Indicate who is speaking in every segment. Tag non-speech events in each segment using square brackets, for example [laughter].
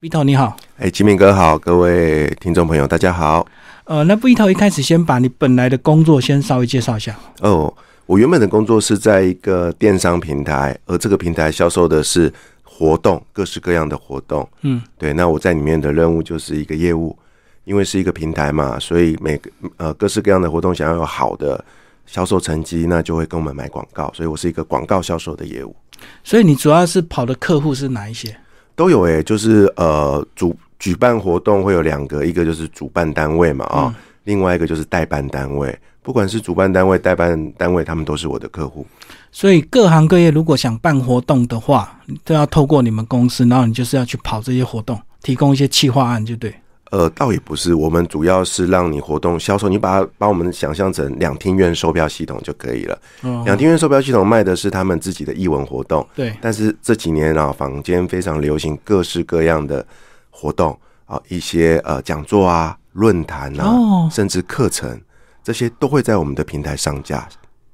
Speaker 1: Vito 你好，
Speaker 2: 哎，吉明哥好，各位听众朋友，大家好。
Speaker 1: 呃，那 Vito 一开始先把你本来的工作先稍微介绍一下。
Speaker 2: 哦，我原本的工作是在一个电商平台，而这个平台销售的是活动，各式各样的活动。
Speaker 1: 嗯，
Speaker 2: 对，那我在里面的任务就是一个业务，因为是一个平台嘛，所以每个呃各式各样的活动想要有好的销售成绩，那就会跟我们买广告，所以我是一个广告销售的业务。
Speaker 1: 所以你主要是跑的客户是哪一些？
Speaker 2: 都有诶、欸就是呃主举办活动会有两个，一个就是主办单位嘛啊、另外一个就是代办单位。不管是主办单位、代办单位，他们都是我的客户。
Speaker 1: 所以各行各业如果想办活动的话，都要透过你们公司，然后你就是要去跑这些活动，提供一些企划案，就对。
Speaker 2: 呃，倒也不是，我们主要是让你活动销售，你把它把我们想象成两厅院售票系统就可以了。
Speaker 1: 哦，
Speaker 2: 两厅院售票系统卖的是他们自己的艺文活动，
Speaker 1: 对，
Speaker 2: 但是这几年啊，坊间非常流行各式各样的活动啊，一些呃讲座啊、论坛啊，
Speaker 1: 哦
Speaker 2: 甚至课程，这些都会在我们的平台上架。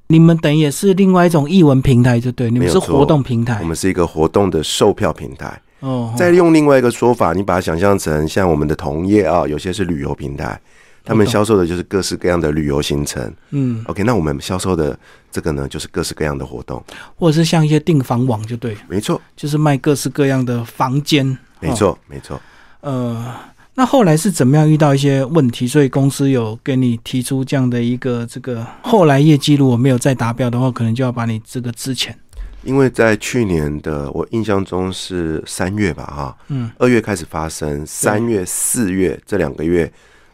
Speaker 1: 你们等于也是另外一种译文平台，就对，你们
Speaker 2: 没有
Speaker 1: 是
Speaker 2: 错
Speaker 1: 活动平台
Speaker 2: 我。们是一个活动的售票平台。
Speaker 1: 哦，
Speaker 2: 再用另外一个说法，你把它想象成像我们的同业啊，有些是旅游平台，他们
Speaker 1: 懂
Speaker 2: 销售的就是各式各样的旅游行程。
Speaker 1: 嗯，
Speaker 2: OK，那我们销售的这个呢，就是各式各样的活动。
Speaker 1: 或者是像一些订房网，就对，
Speaker 2: 没错，
Speaker 1: 就是卖各式各样的房间。
Speaker 2: 没
Speaker 1: 哦
Speaker 2: 错，没错。
Speaker 1: 呃，那后来是怎么样遇到一些问题，所以公司有跟你提出这样的一个这个，后来业绩如果没有再达标的话，可能就要把你这个之前，
Speaker 2: 因为在去年的我印象中是三月吧，哈，
Speaker 1: 嗯，
Speaker 2: 二月开始发生，三月、四月这两个月，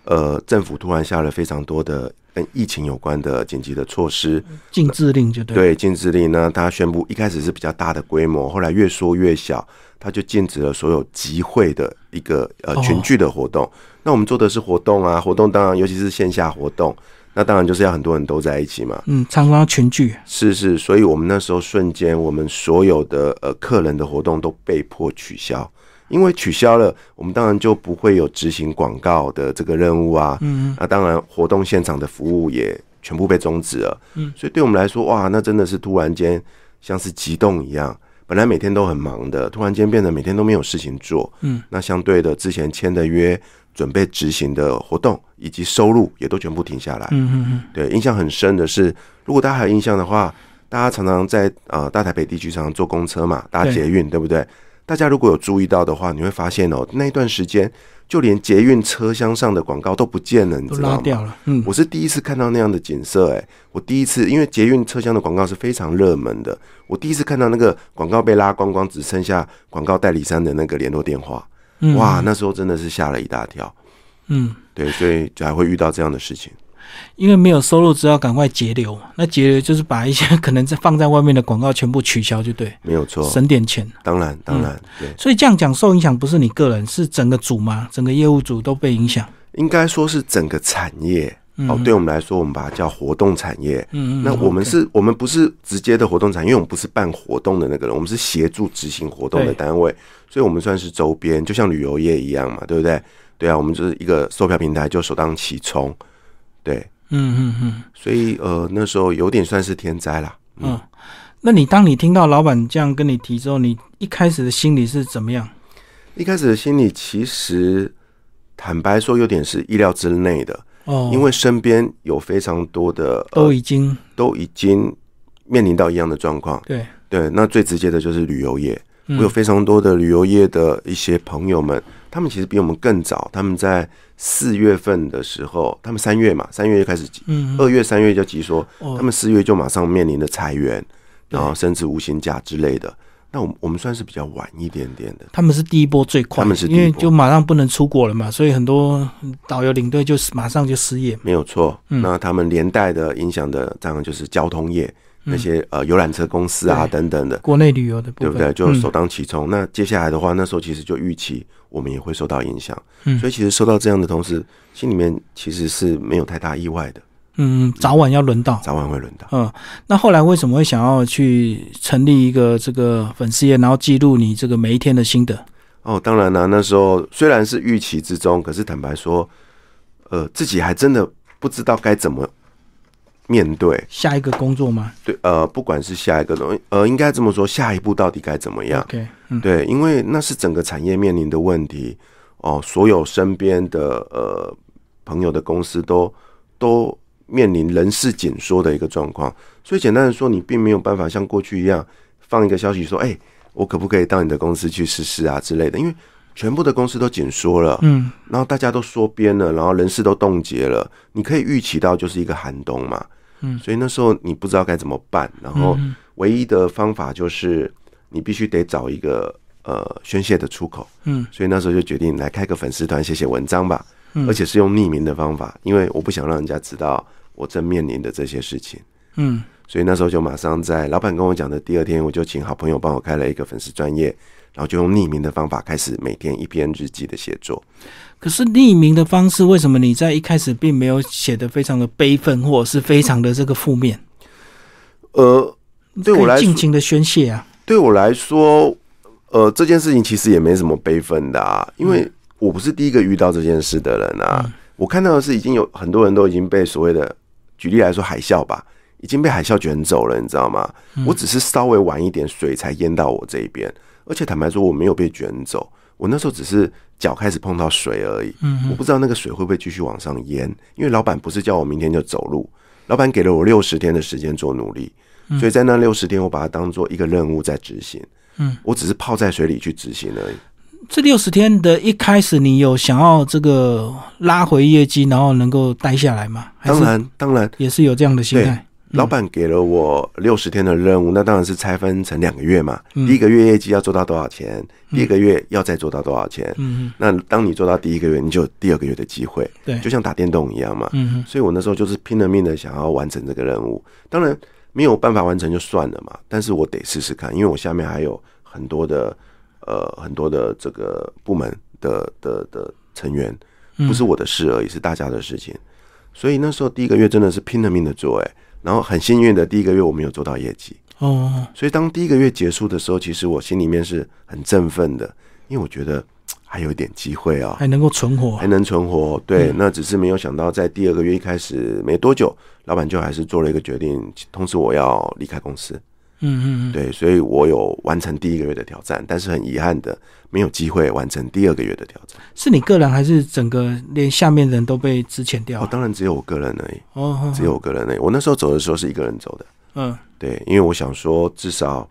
Speaker 2: 呃，政府突然下了非常多的跟疫情有关的紧急的措施，
Speaker 1: 禁制令就对，，
Speaker 2: 对禁止令呢，它宣布一开始是比较大的规模，后来越缩越小，它就禁止了所有集会的一个呃
Speaker 1: 哦
Speaker 2: 群聚的活动。那我们做的是活动啊，活动当然尤其是线下活动，那当然就是要很多人都在一起嘛，
Speaker 1: 嗯，常常要群聚，
Speaker 2: 是是，所以我们那时候瞬间，我们所有的呃客人的活动都被迫取消，因为取消了，我们当然就不会有执行广告的这个任务啊。嗯，那当然，活动现场的服务也全部被终止了。嗯，所以对我们来说，哇，那真的是突然间像是急冻一样。本来每天都很忙的，突然间变得每天都没有事情做。
Speaker 1: 嗯，
Speaker 2: 那相对的，之前签的约、准备执行的活动以及收入也都全部停下来。
Speaker 1: 嗯嗯嗯，
Speaker 2: 对，印象很深的是，如果大家还有印象的话，大家常常在呃大台北地区常常坐公车嘛，搭
Speaker 1: 对
Speaker 2: 捷运，对不对？大家如果有注意到的话，你会发现哦，那一段时间就连捷运车厢上的广告都不见了，你
Speaker 1: 都
Speaker 2: 啊知
Speaker 1: 拉
Speaker 2: 道吗？
Speaker 1: 掉了，嗯，
Speaker 2: 我是第一次看到那样的景色、哎，我第一次，因为捷运车厢的广告是非常热门的，我第一次看到那个广告被拉光光，只剩下广告代理商的那个联络电话，
Speaker 1: 嗯
Speaker 2: 哇，，那时候真的是吓了一大跳，
Speaker 1: 嗯，
Speaker 2: 对，所以才会遇到这样的事情。
Speaker 1: 因为没有收入，只好赶快节流，那节流就是把一些可能在放在外面的广告全部取消，就对，
Speaker 2: 没有错，
Speaker 1: 省点钱。
Speaker 2: 当然，当然，对。
Speaker 1: 所以这样讲，受影响不是你个人，是整个组嘛，整个业务组都被影响。
Speaker 2: 应该说是整个产业。哦，对我们来说，我们把它叫活动产业。
Speaker 1: 嗯嗯嗯
Speaker 2: 那我们
Speaker 1: OK
Speaker 2: 是我们不是直接的活动产业，因为我们不是办活动的那个人，我们是协助执行活动
Speaker 1: 对
Speaker 2: 的单位，所以我们算是周边，就像旅游业一样嘛，对不对？对啊，我们就是一个售票平台，就首当其冲。对，
Speaker 1: 嗯嗯嗯
Speaker 2: 所以呃，那时候有点算是天灾啦。嗯，
Speaker 1: 嗯。那你当你听到老板这样跟你提之后，你一开始的心理是怎么样？
Speaker 2: 一开始的心里其实坦白说，有点是意料之内的，
Speaker 1: 哦，
Speaker 2: 因为身边有非常多的呃
Speaker 1: 都已经
Speaker 2: 都已经面临到一样的状况。
Speaker 1: 对，
Speaker 2: 对，那最直接的就是旅游业，我
Speaker 1: 嗯
Speaker 2: 有非常多的旅游业的一些朋友们，他们其实比我们更早，他们在四月份的时候，他们三月嘛，三月就开始急，
Speaker 1: 嗯
Speaker 2: 二月、三月就急缩，
Speaker 1: 哦
Speaker 2: 呃他们四月就马上面临的裁员，
Speaker 1: 对
Speaker 2: 然后甚至无薪假之类的。那我们我们算是比较晚一点点的，
Speaker 1: 他们是第一波最快，
Speaker 2: 他们是第一
Speaker 1: 因
Speaker 2: 波
Speaker 1: 为就马上不能出国了嘛，所以很多导游领队就是马上就失业嘛。
Speaker 2: 没有错。
Speaker 1: 嗯
Speaker 2: 那他们连带的影响的，当然就是交通业那些呃游览车公司啊
Speaker 1: 嗯对
Speaker 2: 等等的，
Speaker 1: 国内旅游的部
Speaker 2: 对
Speaker 1: 分，
Speaker 2: 不对？就
Speaker 1: 嗯
Speaker 2: 首当其冲。那接下来的话，那时候其实就预期我们也会受到影响，
Speaker 1: 嗯
Speaker 2: 所以其实受到这样的同时，心里面其实是没有太大意外的，
Speaker 1: 嗯嗯，早晚要轮到。
Speaker 2: 早晚会轮到。
Speaker 1: 嗯，那后来为什么会想要去成立一个这个粉丝页，然后记录你这个每一天的心得？
Speaker 2: 哦，当然啦、那时候虽然是预期之中，可是坦白说，呃，自己还真的不知道该怎么面对。
Speaker 1: 下一个工作吗
Speaker 2: 对，呃，不管是下一个东西，呃，应该这么说，下一步到底该怎么样？
Speaker 1: ？OK，嗯，
Speaker 2: 对，因为那是整个产业面临的问题哦，所有身边的呃朋友的公司都都面临人事紧缩的一个状况，所以简单的说，你并没有办法像过去一样放一个消息说，哎、我可不可以到你的公司去试试啊之类的，因为全部的公司都紧缩了，
Speaker 1: 嗯，
Speaker 2: 然后大家都缩编了，然后人事都冻结了，你可以预期到就是一个寒冬嘛，
Speaker 1: 嗯
Speaker 2: 所以那时候你不知道该怎么办，然后唯一的方法就是你必须得找一个呃宣泄的出口，
Speaker 1: 嗯，
Speaker 2: 所以那时候就决定来开个粉丝团写写文章吧，
Speaker 1: 嗯
Speaker 2: 而且是用匿名的方法，因为我不想让人家知道我正面临的这些事情。
Speaker 1: 嗯，
Speaker 2: 所以那时候就马上在老板跟我讲的第二天，我就请好朋友帮我开了一个粉丝专业，然后就用匿名的方法开始每天一篇日记的写作。
Speaker 1: 可是匿名的方式，为什么你在一开始并没有写的非常的悲愤，或者是非常的这个负面？
Speaker 2: 呃，对我
Speaker 1: 可以
Speaker 2: 来说
Speaker 1: 尽情的宣泄啊，
Speaker 2: 对我来说，呃，这件事情其实也没什么悲愤的啊，因
Speaker 1: 嗯
Speaker 2: 为我不是第一个遇到这件事的人啊。我看到的是，已经有很多人都已经被所谓的，举例来说海啸吧，已经被海啸卷走了，你知道吗？
Speaker 1: 嗯
Speaker 2: 我只是稍微晚一点，水才淹到我这一边，而且坦白说，我没有被卷走，我那时候只是脚开始碰到水而已。
Speaker 1: 嗯
Speaker 2: 我不知道那个水会不会继续往上淹，因为老板不是叫我明天就走路，老板给了我六十天的时间做努力，所以在那六十天，我把它当做一个任务在执行。
Speaker 1: 嗯，
Speaker 2: 我只是泡在水里去执行而已。
Speaker 1: 这六十天的一开始，你有想要这个拉回业绩，然后能够待下来吗？还
Speaker 2: 当
Speaker 1: 是嗯
Speaker 2: 然，当然，
Speaker 1: 也是有这样的心
Speaker 2: 对
Speaker 1: 态。
Speaker 2: 老板给了我六十天的任务，那当然是拆分成两个月嘛。
Speaker 1: 嗯
Speaker 2: 第一个月业绩要做到多少钱，第二个月要再做到多少钱。
Speaker 1: 嗯
Speaker 2: 那当你做到第一个月，你就有第二个月的机会，
Speaker 1: 对
Speaker 2: 就像打电动一样嘛。
Speaker 1: 嗯哼
Speaker 2: 所以我那时候就是拼了命的想要完成这个任务，当然没有办法完成就算了嘛，但是我得试试看，因为我下面还有很多的呃很多的这个部门的的的成员，不是我的事而已，是大家的事情，所以那时候第一个月真的是拼了命的做、欸，然后很幸运的第一个月我没有做到业绩，
Speaker 1: 哦，
Speaker 2: 所以当第一个月结束的时候，其实我心里面是很振奋的，因为我觉得还有一点机会
Speaker 1: [laughs]
Speaker 2: 啊、
Speaker 1: 还能够存活
Speaker 2: 还。能存活。对，那只是没有想到，在第二个月一开始没多久，老板就还是做了一个决定，通知我要离开公司。
Speaker 1: 嗯嗯嗯，
Speaker 2: 对，所以我有完成第一个月的挑战，但是很遗憾的，没有机会完成第二个月的挑战。
Speaker 1: 是你个人还是整个连下面人都被支遣掉
Speaker 2: 哦，
Speaker 1: 了？
Speaker 2: 当然只有我个人而已，
Speaker 1: 哦，哦
Speaker 2: 只有我个人而已。我那时候走的时候是一个人走的，
Speaker 1: 嗯
Speaker 2: 对，因为我想说，至少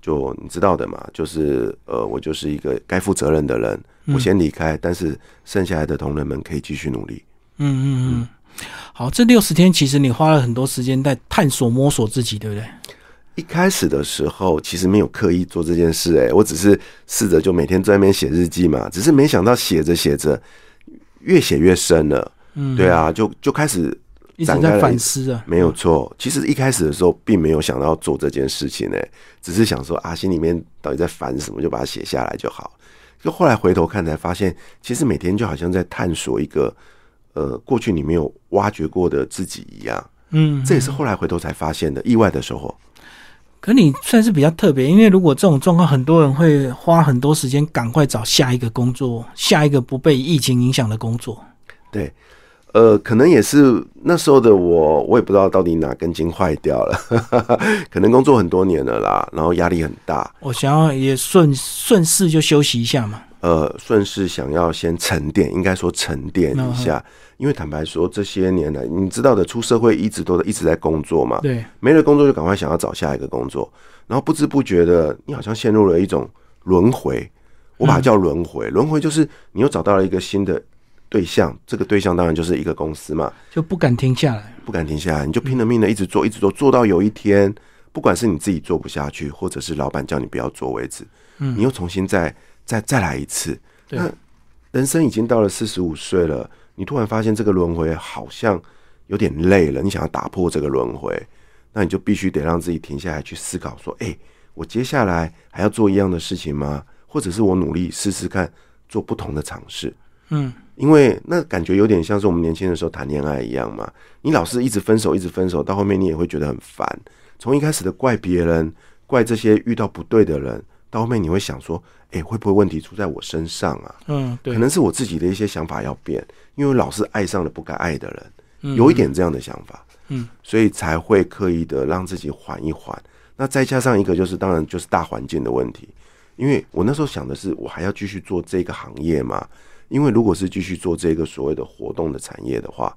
Speaker 2: 就你知道的嘛，就是呃，我就是一个该负责任的人，我先离开，但是剩下来的同仁们可以继续努力。
Speaker 1: 嗯嗯嗯。好，这六十天其实你花了很多时间在探索、摸索自己，对不对？
Speaker 2: 一开始的时候，其实没有刻意做这件事、欸，我只是试着就每天在那边写日记嘛，只是没想到写着写着，越写越深了，
Speaker 1: 嗯，
Speaker 2: 对，啊，就就开始
Speaker 1: 一直
Speaker 2: 展开
Speaker 1: 在
Speaker 2: 了
Speaker 1: 反思啊。
Speaker 2: 没有错。其实一开始的时候，并没有想到做这件事情、欸，只是想说啊，心里面到底在烦什么，就把它写下来就好。就后来回头看才发现，其实每天就好像在探索一个呃过去你没有挖掘过的自己一样，
Speaker 1: 嗯，
Speaker 2: 这也是后来回头才发现的意外的收获。
Speaker 1: 可你算是比较特别，因为如果这种状况，很多人会花很多时间赶快找下一个工作，下一个不被疫情影响的工作。
Speaker 2: 对，呃，可能也是那时候的我，我也不知道到底哪根筋坏掉了， [laughs] 可能工作很多年了啦，然后压力很大，
Speaker 1: 我想要也顺顺势就休息一下嘛。
Speaker 2: 呃，顺势想要先沉淀，应该说沉淀一下，因为坦白说，这些年来你知道的，出社会一直都一直在工作嘛，
Speaker 1: 对，
Speaker 2: 没了工作就赶快想要找下一个工作，然后不知不觉的，你好像陷入了一种轮回，我把它叫轮回，轮回就是你又找到了一个新的对象，这个对象当然就是一个公司嘛，
Speaker 1: 就不敢停下来。
Speaker 2: 不敢停下来，你就拼了
Speaker 1: 嗯
Speaker 2: 命的一直做，一直做，做到有一天，不管是你自己做不下去，或者是老板叫你不要做为止，
Speaker 1: 嗯
Speaker 2: 你又重新再再再来一次。
Speaker 1: 对
Speaker 2: 那人生已经到了四十五岁了，你突然发现这个轮回好像有点累了，你想要打破这个轮回，那你就必须得让自己停下来去思考，说，哎、我接下来还要做一样的事情吗？或者是我努力试试看做不同的尝试？
Speaker 1: 嗯，
Speaker 2: 因为那感觉有点像是我们年轻的时候谈恋爱一样嘛，你老是一直分手，一直分手，到后面你也会觉得很烦。从一开始的怪别人，怪这些遇到不对的人，到后面你会想说，诶，会不会问题出在我身上啊？
Speaker 1: 嗯，对
Speaker 2: 可，能是我自己的一些想法要变，因为我老是爱上了不该爱的人，有一点这样的想法。
Speaker 1: 嗯，
Speaker 2: 所以才会刻意的让自己缓一缓。那再加上一个就是，当然就是大环境的问题，因为我那时候想的是，我还要继续做这个行业嘛？因为如果是继续做这个所谓的活动的产业的话，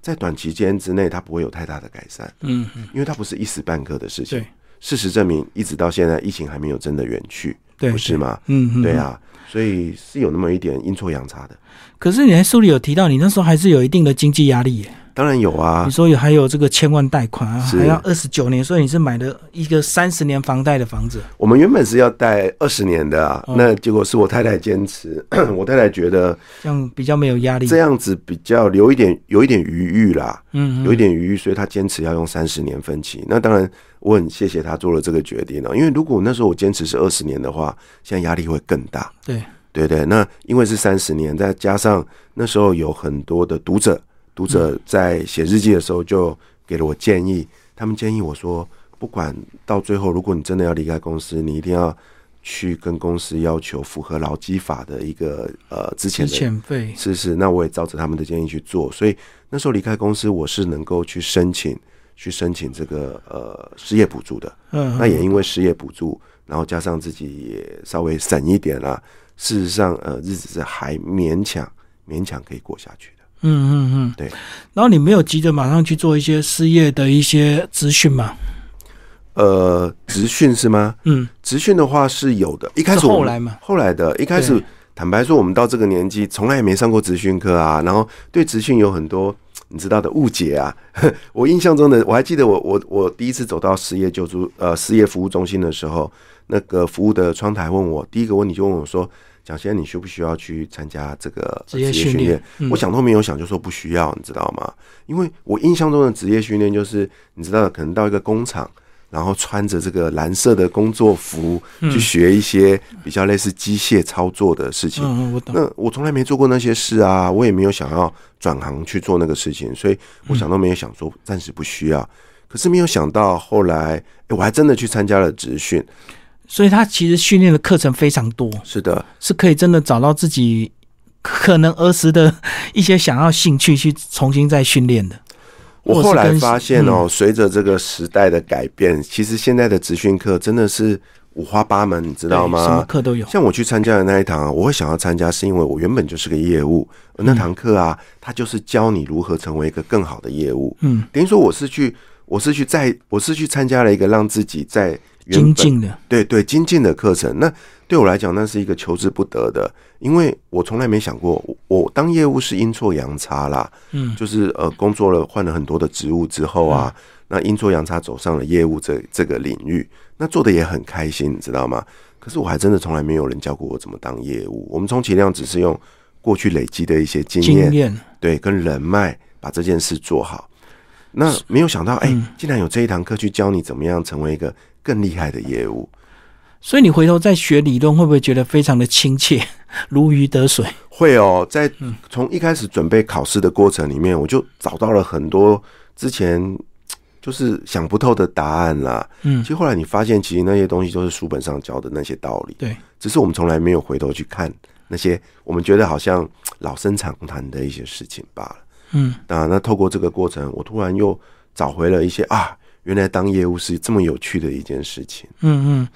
Speaker 2: 在短期间之内，它不会有太大的改善，
Speaker 1: 嗯嗯，
Speaker 2: 因为它不是一时半刻的事情
Speaker 1: 对。
Speaker 2: 事实证明，一直到现在，疫情还没有真的远去，
Speaker 1: 对，
Speaker 2: 不是吗？
Speaker 1: 嗯，嗯
Speaker 2: 对。啊，所以是有那么一点阴错阳差的。
Speaker 1: 可是你在书里有提到，你那时候还是有一定的经济压力耶。
Speaker 2: 当然有啊
Speaker 1: 你，说有还有这个千万贷款啊，
Speaker 2: 是
Speaker 1: 还要二十九年，所以你是买的一个三十年房贷的房子。
Speaker 2: 我们原本是要贷二十年的啊，
Speaker 1: 哦
Speaker 2: 那结果是我太太坚持， [coughs] 我太太觉得
Speaker 1: 这样比较没有压力。
Speaker 2: 这样子比较留一点有一点余裕啦，
Speaker 1: 嗯，嗯
Speaker 2: 有一点余裕，所以她坚持要用三十年分期。那当然，我很谢谢她做了这个决定啊，因为如果那时候我坚持是二十年的话，现在压力会更大。
Speaker 1: 对
Speaker 2: 对对，那因为是三十年，再加上那时候有很多的读者，读者在写日记的时候就给了我建议，他们建议我说，不管到最后，如果你真的要离开公司，你一定要去跟公司要求符合劳基法的一个呃之前
Speaker 1: 之
Speaker 2: 的
Speaker 1: 前费，
Speaker 2: 是是，那我也照着他们的建议去做，所以那时候离开公司，我是能够去申请去申请这个呃失业补助的。
Speaker 1: 嗯，
Speaker 2: 那也因为失业补助，然后加上自己也稍微省一点啦，事实上，呃，日子是还勉强勉强可以过下去的。
Speaker 1: 嗯嗯嗯，
Speaker 2: 对。
Speaker 1: 然后你没有急着马上去做一些失业的一些资讯嘛？
Speaker 2: 呃，职训是吗？
Speaker 1: 嗯，
Speaker 2: 职训的话是有的，一开
Speaker 1: 是
Speaker 2: 始我
Speaker 1: 后
Speaker 2: 们
Speaker 1: 来嘛。
Speaker 2: 后来的，一开始
Speaker 1: 对
Speaker 2: 坦白说，我们到这个年纪，从来也没上过职训课啊，然后对职训有很多你知道的误解啊。 [laughs] 我印象中的，我还记得我我我第一次走到失业救助呃失业服务中心的时候，那个服务的窗台问我第一个问题就问我说：“蒋先生，你需不需要去参加这个呃
Speaker 1: 职业训
Speaker 2: 训
Speaker 1: 练
Speaker 2: 练？”
Speaker 1: 嗯
Speaker 2: 我想都没有想，就说不需要，你知道吗？因为我印象中的职业训练就是你知道的，可能到一个工厂。然后穿着这个蓝色的工作服，
Speaker 1: 嗯
Speaker 2: 去学一些比较类似机械操作的事情。
Speaker 1: 嗯嗯，我懂。
Speaker 2: 那我从来没做过那些事啊，我也没有想要转行去做那个事情，所以我想都没有想说，暂时不需要。可是没有想到后来，诶我还真的去参加了职训。
Speaker 1: 所以他其实训练的课程非常多，
Speaker 2: 是的，
Speaker 1: 是可以真的找到自己可能儿时的一些想要兴趣去重新再训练的。
Speaker 2: 我
Speaker 1: 或是
Speaker 2: 后来
Speaker 1: 跟
Speaker 2: 发现哦，随着这个时代的改变，其实现在的职训课真的是五花八门，你知
Speaker 1: 知
Speaker 2: 道吗？
Speaker 1: 什么课都有。
Speaker 2: 像我去参加的那一堂啊，我会想要参加，是因为我原本就是个业务，
Speaker 1: 嗯
Speaker 2: 而那堂课啊，它就是教你如何成为一个更好的业务。
Speaker 1: 嗯，
Speaker 2: 等于说我是去，我是去在，我是去参加了一个让自己在原
Speaker 1: 精
Speaker 2: 本
Speaker 1: 进的，
Speaker 2: 对对精进的课程。那对我来讲，那是一个求之不得的，因为我从来没想过，我我当业务是阴错阳差啦，
Speaker 1: 嗯，
Speaker 2: 就是呃工作了换了很多的职务之后啊，那阴错阳差走上了业务这这个领域，那做的也很开心，你知道吗？可是我还真的从来没有人教过我怎么当业务，我们充其量只是用过去累积的一些经验
Speaker 1: 经，验。
Speaker 2: 对，跟人脉把这件事做好。那没有想到，哎、
Speaker 1: 嗯
Speaker 2: 竟然有这一堂课去教你怎么样成为一个更厉害的业务。
Speaker 1: 所以你回头再学理论，会不会觉得非常的亲切， [laughs] 如鱼得水？
Speaker 2: 会哦，在
Speaker 1: 嗯
Speaker 2: 从一开始准备考试的过程里面，我就找到了很多之前嘖就是想不透的答案啦。
Speaker 1: 嗯
Speaker 2: 其实后来你发现，其实那些东西都是书本上教的那些道理，
Speaker 1: 对，
Speaker 2: 只是我们从来没有回头去看那些我们觉得好像嘖老生常谈的一些事情罢了。
Speaker 1: 嗯，
Speaker 2: 啊，那透过这个过程，我突然又找回了一些啊，原来当业务是这么有趣的一件事情。
Speaker 1: 嗯嗯，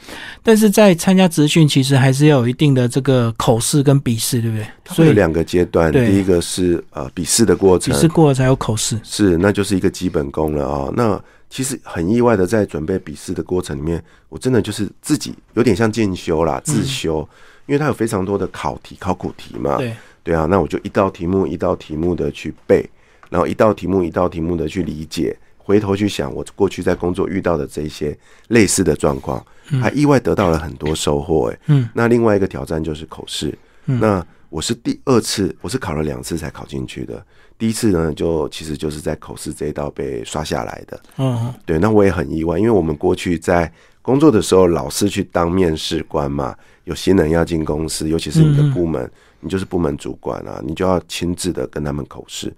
Speaker 1: 但是在参加职训，其实还是要有一定的这个口试跟笔试，对不对？所
Speaker 2: 会有
Speaker 1: 以
Speaker 2: 两个阶段，
Speaker 1: 对
Speaker 2: 第一个是呃笔试的过
Speaker 1: 笔
Speaker 2: 程，
Speaker 1: 试过了才有口试。
Speaker 2: 是，那就是一个基本功了啊、那其实很意外的，在准备笔试的过程里面，我真的就是自己有点像进修啦，自修，因为它有非常多的考题、考古题嘛。
Speaker 1: 对，
Speaker 2: 对啊，那我就一道题目一道题目的去背，然后一道题目一道题目的去理解，回头去想我过去在工作遇到的这些类似的状况，还意外得到了很多收获、欸。
Speaker 1: 嗯，
Speaker 2: 那另外一个挑战就是口试，
Speaker 1: 嗯
Speaker 2: 那我是第二次，我是考了两次才考进去的。第一次呢，就其实就是在口试这一道被刷下来的。
Speaker 1: 嗯，
Speaker 2: 对，那我也很意外，因为我们过去在工作的时候，老是去当面试官嘛，有新人要进公司，尤其是你的部门，你就是部门主管啊，你就要亲自的跟他们口试。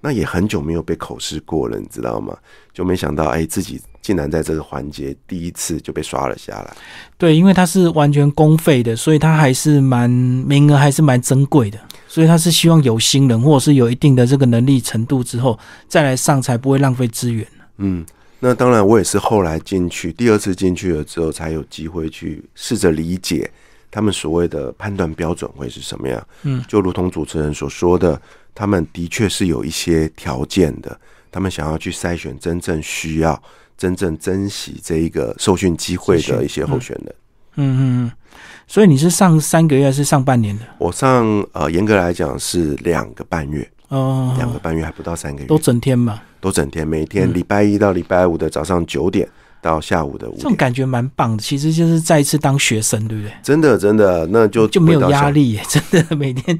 Speaker 2: 那也很久没有被口试过了，你知道吗？就没想到，哎、自己竟然在这个环节第一次就被刷了下来。
Speaker 1: 对，因为它是完全公费的，所以它还是蛮名额还是蛮珍贵的，所以他是希望有新人或者是有一定的这个能力程度之后再来上，才不会浪费资源。
Speaker 2: 嗯，那当然，我也是后来进去，第二次进去了之后，才有机会去试着理解他们所谓的判断标准会是什么样。
Speaker 1: 嗯，
Speaker 2: 就如同主持人所说的，他们的确是有一些条件的，他们想要去筛选真正需要、真正珍惜这一个受训机会的一些候选人。
Speaker 1: 嗯嗯嗯。所以你是上三个月还是上半年的？
Speaker 2: 我上呃，严格来讲是两个半月，
Speaker 1: 哦，
Speaker 2: 两个半月还不到三个月，
Speaker 1: 都嗯整天吧，
Speaker 2: 都整天，每天礼拜一到礼拜五的早上九点到下午的五
Speaker 1: 这种
Speaker 2: 点，
Speaker 1: 感觉蛮棒的。其实就是再一次当学生，对不对？
Speaker 2: 真的真的，那就
Speaker 1: 就没
Speaker 2: 回
Speaker 1: 有
Speaker 2: 到
Speaker 1: 压
Speaker 2: 小
Speaker 1: 力耶， [laughs] 真的每天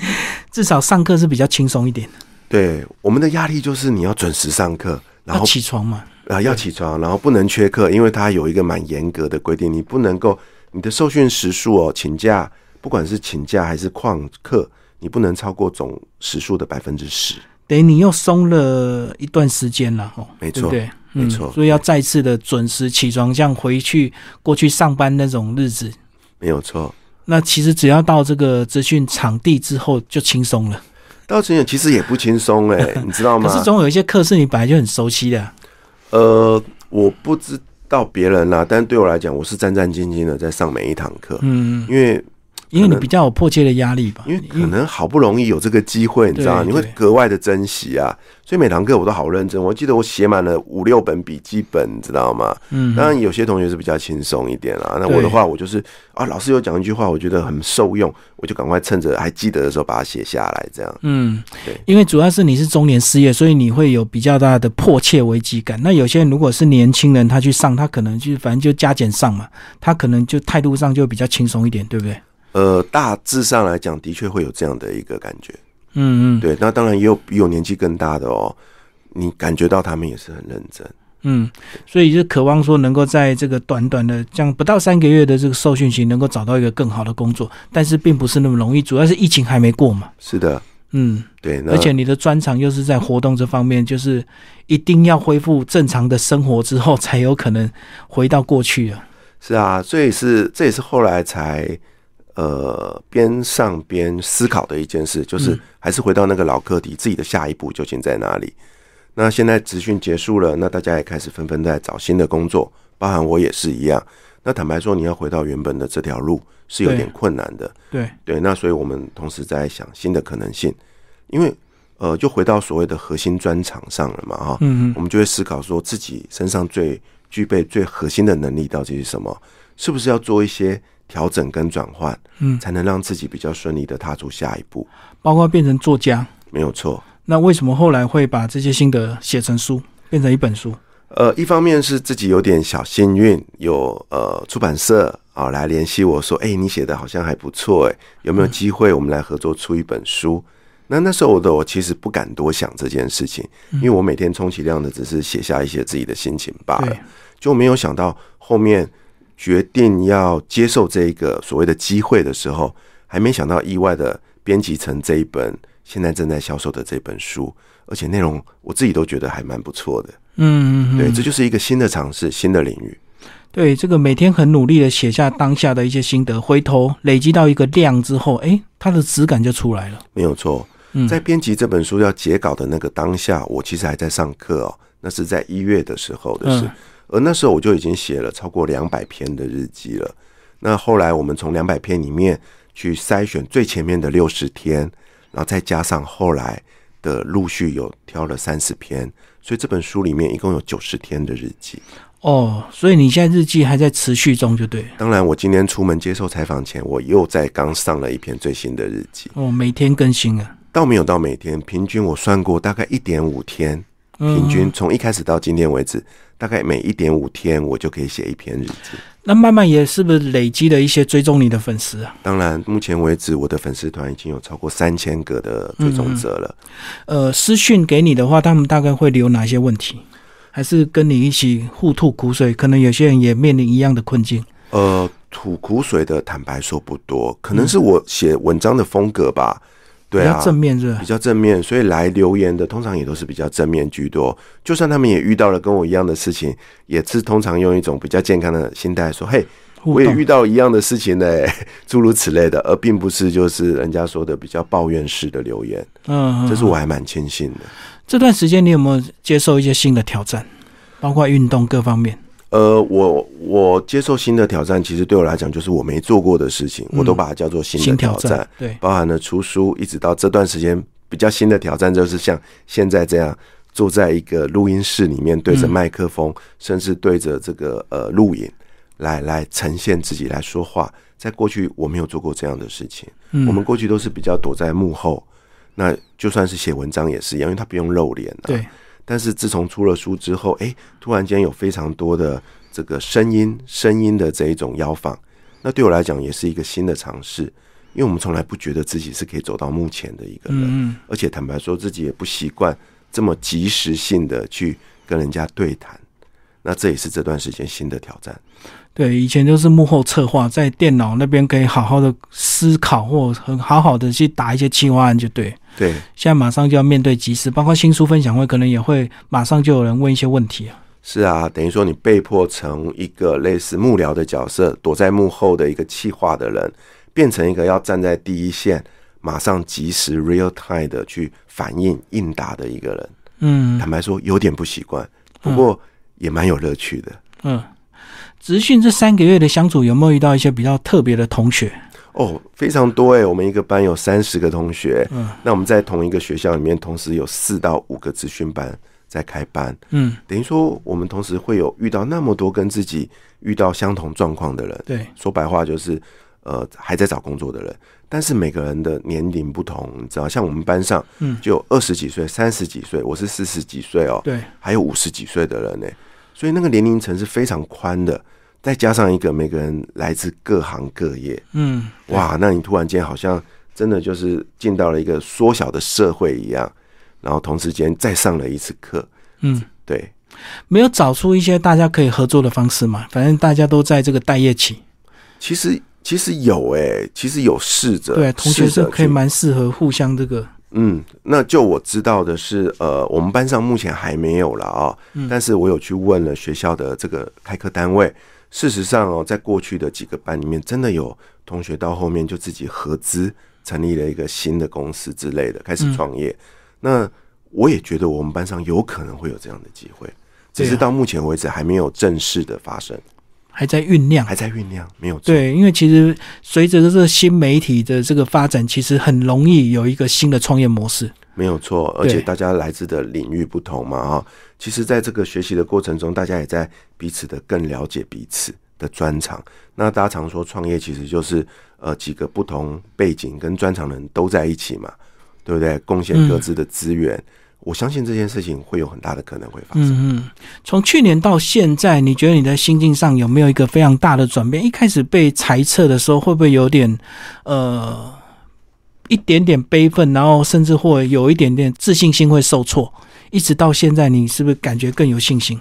Speaker 1: 至少上课是比较轻松一点的，
Speaker 2: 对，我们的压力就是你要准时上课，然
Speaker 1: 要
Speaker 2: 后
Speaker 1: 起床嘛。
Speaker 2: 啊要起床，然后不能缺课，因为它有一个蛮严格的规定，你不能够你的受训时数哦，请假，不管是请假还是旷课，你不能超过总时数的百分之十。
Speaker 1: 等于你又松了一段时间了，哦，
Speaker 2: 没
Speaker 1: 对不
Speaker 2: 错
Speaker 1: 对？嗯
Speaker 2: 没错
Speaker 1: 所以要再次的准时起床，像回去过去上班那种日子，
Speaker 2: 没有错。
Speaker 1: 那其实只要到这个资讯场地之后就轻松了。
Speaker 2: 到成远其实也不轻松哎、
Speaker 1: [laughs]
Speaker 2: 你知道
Speaker 1: 可
Speaker 2: 吗？
Speaker 1: 是总有一些课是你本来就很熟悉的啊、
Speaker 2: 呃，我不知道别人啦，但对我来讲，我是战战兢兢的在上每一堂课，
Speaker 1: 嗯，
Speaker 2: 因为
Speaker 1: 因为你比较有迫切的压力吧，
Speaker 2: 因为可能好不容易有这个机会，你知道吗，
Speaker 1: 对
Speaker 2: 你会
Speaker 1: 对
Speaker 2: 格外的珍惜啊。所以每堂课我都好认真，我记得我写满了五六本笔记本，你知道吗？
Speaker 1: 嗯，
Speaker 2: 当然有些同学是比较轻松一点啦，那
Speaker 1: 对
Speaker 2: 我的话，我就是啊，老师有讲一句话，我觉得很受用，我就赶快趁着还记得的时候把它写下来，这样。
Speaker 1: 嗯
Speaker 2: 对，
Speaker 1: 因为主要是你是中年失业，所以你会有比较大的迫切危机感。那有些人如果是年轻人，他去上，他可能就反正就加减上嘛，他可能就态度上就比较轻松一点，对不对？
Speaker 2: 呃，大致上来讲，的确会有这样的一个感觉。
Speaker 1: 嗯嗯，
Speaker 2: 对，那当然也有比我年纪更大的哦，你感觉到他们也是很认真。
Speaker 1: 嗯，所以就渴望说能够在这个短短的这样不到三个月的这个受训期，能够找到一个更好的工作，但是并不是那么容易，主要是疫情还没过嘛。
Speaker 2: 是的，
Speaker 1: 嗯，
Speaker 2: 对，那
Speaker 1: 而且你的专长又是在活动这方面，就是一定要恢复正常的生活之后，才有可能回到过去啊。
Speaker 2: 是啊，所以是这也是后来才呃边上边思考的一件事，就是
Speaker 1: 嗯
Speaker 2: 还是回到那个老课题，自己的下一步究竟在哪里？那现在职训结束了，那大家也开始纷纷在找新的工作，包含我也是一样。那坦白说，你要回到原本的这条路是有
Speaker 1: 对
Speaker 2: 点困难的。
Speaker 1: 对，
Speaker 2: 对，那所以我们同时在想新的可能性，因为呃，就回到所谓的核心专长上了嘛，哈，
Speaker 1: 嗯
Speaker 2: 我们就会思考说自己身上最具备最核心的能力到底是什么，是不是要做一些调整跟转换，
Speaker 1: 嗯，
Speaker 2: 才能让自己比较顺利的踏出下一步，
Speaker 1: 包括变成作家，
Speaker 2: 没有错。
Speaker 1: 那为什么后来会把这些心得写成书，变成一本书？
Speaker 2: 呃，一方面是自己有点小幸运，有呃出版社啊、来联系我说，哎、你写的好像还不错，哎，有没有机会我们来合作出一本书？那那时候的我其实不敢多想这件事情，因为我每天充其量的只是写下一些自己的心情罢了
Speaker 1: 对，
Speaker 2: 就没有想到后面决定要接受这个所谓的机会的时候，还没想到意外的编辑成这一本现在正在销售的这本书，而且内容我自己都觉得还蛮不错的。
Speaker 1: 嗯嗯嗯，
Speaker 2: 对，这就是一个新的尝试，新的领域。
Speaker 1: 对，这个每天很努力的写下当下的一些心得，回头累积到一个量之后，诶，它的质感就出来了。
Speaker 2: 没有错
Speaker 1: 嗯，
Speaker 2: 在编辑这本书要截稿的那个当下，我其实还在上课哦，那是在一月的时候的事
Speaker 1: 嗯，
Speaker 2: 而那时候我就已经写了超过两百篇的日记了。那后来我们从两百篇里面去筛选最前面的六十天，然后再加上后来的陆续有挑了三十篇，所以这本书里面一共有九十天的日记。
Speaker 1: 哦，所以你现在日记还在持续中，就对了。
Speaker 2: 当然，我今天出门接受采访前，我又在刚上了一篇最新的日记。
Speaker 1: 哦，每天更新啊，
Speaker 2: 倒没有到每天，平均我算过大概一点五天，
Speaker 1: 嗯
Speaker 2: 平均从一开始到今天为止，大概每一点五天我就可以写一篇日记。
Speaker 1: 那慢慢也是不是累积了一些追踪你的粉丝啊？
Speaker 2: 当然，目前为止我的粉丝团已经有超过三千个的追踪者了。
Speaker 1: 呃，私讯给你的话，他们大概会留哪些问题？还是跟你一起互吐苦水？可能有些人也面临一样的困境。
Speaker 2: 呃，吐苦水的坦白说不多，可能是我写文章的风格吧。对
Speaker 1: 比
Speaker 2: 啊
Speaker 1: 较，正面是吧
Speaker 2: 比？较正面，所以来留言的通常也都是比较正面居多。就算他们也遇到了跟我一样的事情，也是通常用一种比较健康的心态说：“嘿，
Speaker 1: 互
Speaker 2: 我也
Speaker 1: 动，
Speaker 2: 遇到一样的事情嘞、 [laughs] 诸如此类的，而并不是就是人家说的比较抱怨式的留言，
Speaker 1: 嗯，
Speaker 2: 这是
Speaker 1: 嗯
Speaker 2: 我还蛮庆幸的。
Speaker 1: 这段时间你有没有接受一些新的挑战，包括运动各方面？
Speaker 2: 呃，我我接受新的挑战，其实对我来讲就是我没做过的事情，
Speaker 1: 嗯
Speaker 2: 我都把它叫做新
Speaker 1: 新
Speaker 2: 的
Speaker 1: 挑
Speaker 2: 挑战，
Speaker 1: 战，对，
Speaker 2: 包含了出书，一直到这段时间比较新的挑战，就是像现在这样坐在一个录音室里面，对着
Speaker 1: 嗯
Speaker 2: 麦克风，甚至对着这个呃录影来来呈现自己来说话。在过去我没有做过这样的事情，
Speaker 1: 嗯
Speaker 2: 我们过去都是比较躲在幕后，那就算是写文章也是一样，因为它不用露脸、啊，
Speaker 1: 对，
Speaker 2: 但是自从出了书之后，哎、突然间有非常多的这个声音、声音的这一种邀访，那对我来讲也是一个新的尝试，因为我们从来不觉得自己是可以走到目前的一个人，
Speaker 1: 嗯嗯，
Speaker 2: 而且坦白说，自己也不习惯这么及时性的去跟人家对谈，那这也是这段时间新的挑战。
Speaker 1: 对，以前就是幕后策划，在电脑那边可以好好的思考，或很好好的去打一些企划案，就对。
Speaker 2: 对，
Speaker 1: 现在马上就要面对即时，包括新书分享会，可能也会马上就有人问一些问题啊。
Speaker 2: 是啊，等于说你被迫成一个类似幕僚的角色，躲在幕后的一个企划的人，变成一个要站在第一线，马上及时 real time 的去反应应答的一个人。
Speaker 1: 嗯
Speaker 2: 坦白说，有点不习惯，不过也蛮有乐趣的。
Speaker 1: 嗯，职训这三个月的相处，有没有遇到一些比较特别的同学？
Speaker 2: 哦，非常多诶，我们一个班有三十个同学，
Speaker 1: 嗯
Speaker 2: 那我们在同一个学校里面，同时有四到五个资讯班在开班，
Speaker 1: 嗯，
Speaker 2: 等于说我们同时会有遇到那么多跟自己遇到相同状况的人。
Speaker 1: 对，
Speaker 2: 说白话就是，呃，还在找工作的人，但是每个人的年龄不同，你知道，像我们班上，
Speaker 1: 嗯
Speaker 2: 就有二十几岁、三十几岁，我是四十几岁哦，
Speaker 1: 对，
Speaker 2: 还有五十几岁的人呢，所以那个年龄层是非常宽的，再加上一个每个人来自各行各业，
Speaker 1: 嗯，对，
Speaker 2: 哇，那你突然间好像真的就是进到了一个缩小的社会一样，然后同时间再上了一次课，
Speaker 1: 嗯，
Speaker 2: 对，
Speaker 1: 没有找出一些大家可以合作的方式嘛？反正大家都在这个待业期，
Speaker 2: 其实。其实有诶、其实有试着
Speaker 1: 对，啊同学
Speaker 2: 试
Speaker 1: 呃是
Speaker 2: 着
Speaker 1: 可以
Speaker 2: 去
Speaker 1: 蛮适合互相这个，
Speaker 2: 嗯，那就我知道的是，呃，我们班上目前还没有了啊、
Speaker 1: 嗯
Speaker 2: 但是我有去问了学校的这个开课单位。事实上哦，在过去的几个班里面，真的有同学到后面就自己合资成立了一个新的公司之类的，开始创业。那我也觉得我们班上有可能会有这样的机会，只
Speaker 1: 对
Speaker 2: 是
Speaker 1: 啊
Speaker 2: 到目前为止还没有正式的发生，
Speaker 1: 还在酝酿
Speaker 2: 还。在酝酿，没有做。
Speaker 1: 对，因为其实随着这个新媒体的这个发展，其实很容易有一个新的创业模式。
Speaker 2: 没有错，而
Speaker 1: 对
Speaker 2: 且大家来自的领域不同嘛，哈。其实，在这个学习的过程中，大家也在彼此的更了解彼此的专长。那大家常说，创业其实就是呃几个不同背景跟专长的人都在一起嘛，对不对？贡献各自的资源，我相信这件事情会有很大的可能会发生。
Speaker 1: 嗯嗯，从去年到现在，你觉得你的心境上有没有一个非常大的转变？一开始被裁撤的时候，会不会有点呃一点点悲愤，然后甚至或有一点点自信心会受挫？一直到现在，你是不是感觉更有信心？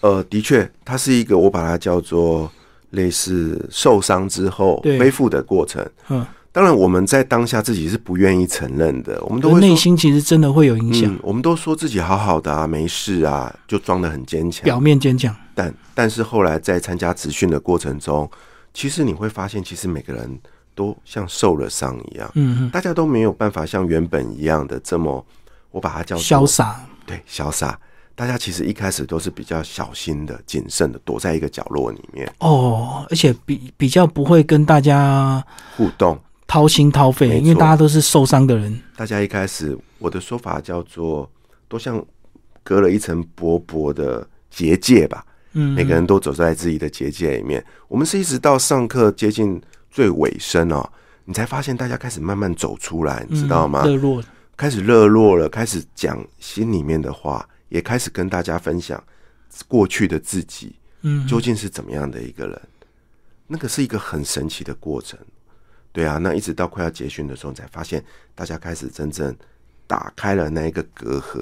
Speaker 2: 呃，的确，它是一个我把它叫做类似受伤之后
Speaker 1: 对
Speaker 2: 恢复的过程。
Speaker 1: 嗯，
Speaker 2: 当然，我们在当下自己是不愿意承认的，我们都会
Speaker 1: 内
Speaker 2: 说
Speaker 1: 心其实真的会有影响，
Speaker 2: 嗯，我们都说自己好好的啊，没事啊，就装得很坚强。
Speaker 1: 表面坚强。
Speaker 2: 但但是后来在参加职训的过程中，其实你会发现，其实每个人都像受了伤一样，
Speaker 1: 嗯
Speaker 2: 大家都没有办法像原本一样的这么，我把它叫
Speaker 1: 嗯，
Speaker 2: 做
Speaker 1: 潇，洒。
Speaker 2: 对，潇洒。大家其实一开始都是比较小心的、谨慎的，躲在一个角落里面
Speaker 1: 哦，而且比比较不会跟大家
Speaker 2: 互动。
Speaker 1: 掏心掏
Speaker 2: 没
Speaker 1: 肺，
Speaker 2: 错
Speaker 1: 因为大家都是受伤的人。
Speaker 2: 大家一开始我的说法叫做，都像隔了一层薄薄的结界吧，
Speaker 1: 嗯，
Speaker 2: 每个人都走在自己的结界里面。我们是一直到上课接近最尾声哦，你才发现大家开始慢慢走出来，你知道吗？
Speaker 1: 嗯热络，
Speaker 2: 开始热络了，开始讲心里面的话，也开始跟大家分享过去的自己
Speaker 1: 嗯，
Speaker 2: 究竟是怎么样的一个人。那个是一个很神奇的过程，对啊。那一直到快要结训的时候，你才发现大家开始真正打开了那一个隔阂，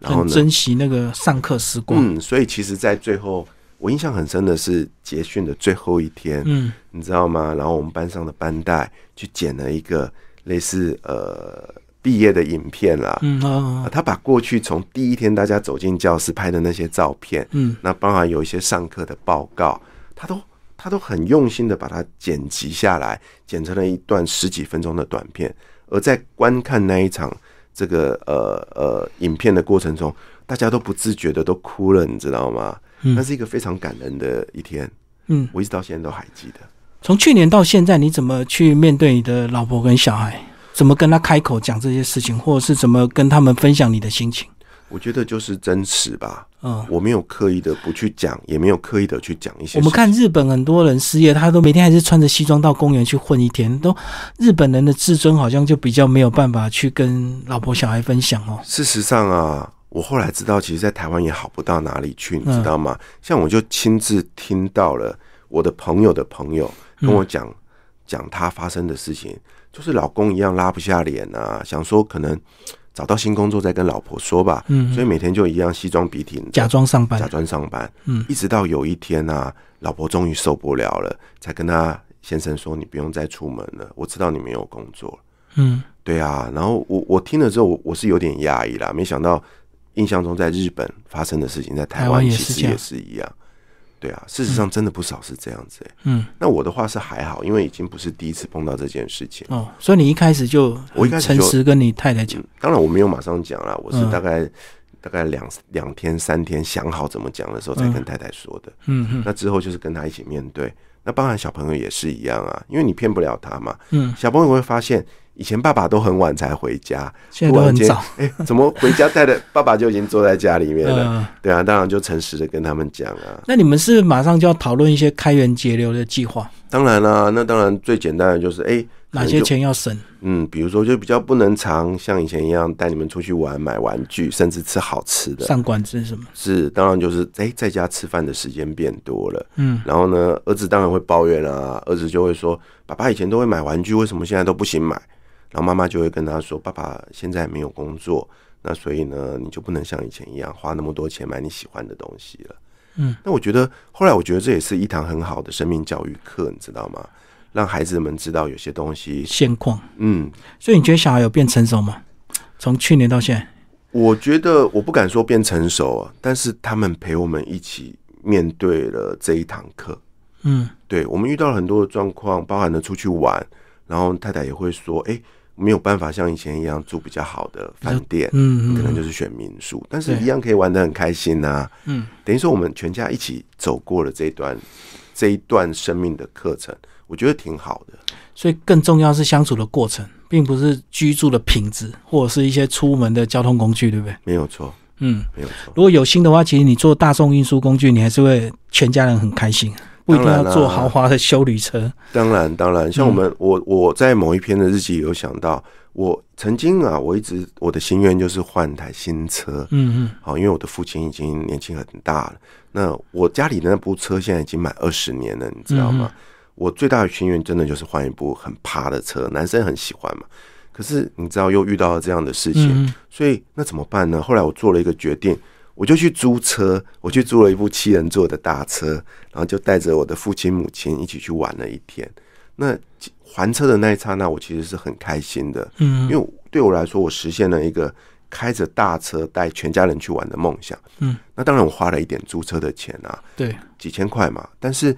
Speaker 2: 然后
Speaker 1: 很
Speaker 2: 呢，
Speaker 1: 珍惜那个上课时光。
Speaker 2: 嗯，所以其实，在最后，我印象很深的是结训的最后一天，
Speaker 1: 嗯
Speaker 2: 你知道吗？然后我们班上的班带去剪了一个类似呃毕业的影片啦、
Speaker 1: 嗯啊
Speaker 2: 啊，他把过去从第一天大家走进教室拍的那些照片，
Speaker 1: 嗯
Speaker 2: 那包含有一些上课的报告，他都他都很用心的把它剪辑下来，剪成了一段十几分钟的短片。而在观看那一场这个呃呃影片的过程中，大家都不自觉的都哭了，你知道吗？那是一个非常感人的一天，
Speaker 1: 嗯，
Speaker 2: 我一直到现在都还记得。
Speaker 1: 从去年到现在，你怎么去面对你的老婆跟小孩？怎么跟他开口讲这些事情，或者是怎么跟他们分享你的心情？
Speaker 2: 我觉得就是真实吧，
Speaker 1: 嗯，
Speaker 2: 我没有刻意的不去讲，也没有刻意的去讲一些。
Speaker 1: 我们看日本很多人失业，他都每天还是穿着西装到公园去混一天，都日本人的自尊好像就比较没有办法去跟老婆小孩分享哦。
Speaker 2: 事实上啊，我后来知道，其实，在台湾也好不到哪里去，你
Speaker 1: 嗯
Speaker 2: 知道吗？像我就亲自听到了我的朋友的朋友跟
Speaker 1: 嗯
Speaker 2: 我讲讲、他发生的事情，就是老公一样拉不下脸啊，想说可能找到新工作再跟老婆说吧，
Speaker 1: 嗯，
Speaker 2: 所以每天就一样西装笔挺的，
Speaker 1: 假装上班
Speaker 2: 假，装上班，
Speaker 1: 嗯
Speaker 2: 一直到有一天啊，老婆终于受不了了，才跟他先生说：“你不用再出门了，我知道你没有工作了。”
Speaker 1: 嗯
Speaker 2: 对啊，然后我我听了之后，我我是有点压抑啦，没想到印象中在日本发生的事情，在台
Speaker 1: 台湾
Speaker 2: 湾
Speaker 1: 也
Speaker 2: 其
Speaker 1: 是
Speaker 2: 实
Speaker 1: 这样
Speaker 2: 也是一样。对啊，事实上真的不少是这样子、欸。
Speaker 1: 嗯，
Speaker 2: 那我的话是还好，因为已经不是第一次碰到这件事情。
Speaker 1: 哦，所以你一开始就
Speaker 2: 我
Speaker 1: 很
Speaker 2: 一开始
Speaker 1: 诚
Speaker 2: 就
Speaker 1: 实跟你太太讲，
Speaker 2: 当然我没有马上讲啦，我是
Speaker 1: 嗯
Speaker 2: 大概、大概两两天三天想好怎么讲的时候，才跟太太说的。
Speaker 1: 嗯嗯
Speaker 2: 那之后就是跟他一起面对。那包含小朋友也是一样啊，因为你骗不了他嘛。
Speaker 1: 嗯，
Speaker 2: 小朋友会发现，以前爸爸都很晚才回家，
Speaker 1: 现在都很早，
Speaker 2: [laughs] 哎、怎么回家带的爸爸就已经坐在家里面了？
Speaker 1: 呃，
Speaker 2: 对啊，当然就诚实的跟他们讲啊。
Speaker 1: 那你们是马上就要讨论一些开源节流的计划，
Speaker 2: 当然啦、那当然最简单的就是哎、可
Speaker 1: 哪
Speaker 2: 能
Speaker 1: 些
Speaker 2: 就
Speaker 1: 钱要省？
Speaker 2: 嗯，比如说就比较不能常像以前一样带你们出去玩、买玩具，甚至吃好吃的。
Speaker 1: 上馆子什么？
Speaker 2: 是，当然就是哎、在家吃饭的时间变多了。
Speaker 1: 嗯，
Speaker 2: 然后呢，儿子当然会抱怨啊，儿子就会说：“爸爸以前都会买玩具，为什么现在都不行买？”然后妈妈就会跟他说：“爸爸现在没有工作，那所以呢，你就不能像以前一样花那么多钱买你喜欢的东西了。”
Speaker 1: 嗯，
Speaker 2: 那我觉得后来我觉得这也是一堂很好的生命教育课，你知道吗？让孩子们知道有些东西，
Speaker 1: 现况。
Speaker 2: 嗯，
Speaker 1: 所以你觉得小孩有变成熟吗？从去年到现在，
Speaker 2: 我觉得我不敢说变成熟啊，但是他们陪我们一起面对了这一堂课。
Speaker 1: 嗯
Speaker 2: 对我们遇到了很多的状况，包含了出去玩，然后太太也会说，哎、没有办法像以前一样住比较好的饭店，
Speaker 1: 嗯
Speaker 2: 可能
Speaker 1: 嗯
Speaker 2: 就是选民宿，但是
Speaker 1: 对
Speaker 2: 一样可以玩得很开心呐、
Speaker 1: 嗯，
Speaker 2: 等于说我们全家一起走过了这一段这一段生命的课程，我觉得挺好的。
Speaker 1: 所以更重要是相处的过程，并不是居住的品质或者是一些出门的交通工具，对不对？
Speaker 2: 没有错，
Speaker 1: 嗯，
Speaker 2: 没有错。
Speaker 1: 如果有心的话，其实你坐大众运输工具，你还是会全家人很开心，啊不一定要
Speaker 2: 当然啦
Speaker 1: 坐豪华的修旅车。
Speaker 2: 当然，当然，像我
Speaker 1: 嗯
Speaker 2: 们，我我在某一篇的日记有想到，我曾经啊，我一直我的心愿就是换台新车，
Speaker 1: 嗯嗯，
Speaker 2: 好，因为我的父亲已经年纪很大了，那我家里那部车现在已经满二十年了，你知道吗？我最大的心愿真的就是换一部很趴的车，男生很喜欢嘛。可是你知道又遇到了这样的事情，
Speaker 1: 嗯嗯
Speaker 2: 所以那怎么办呢？后来我做了一个决定，我就去租车，我去租了一部七人座的大车，然后就带着我的父亲母亲一起去玩了一天。那还车的那一刹那，我其实是很开心的，
Speaker 1: 嗯
Speaker 2: 因为对我来说，我实现了一个开着大车带全家人去玩的梦想。
Speaker 1: 嗯，
Speaker 2: 那当然我花了一点租车的钱啊，
Speaker 1: 对，
Speaker 2: 几千块嘛，但是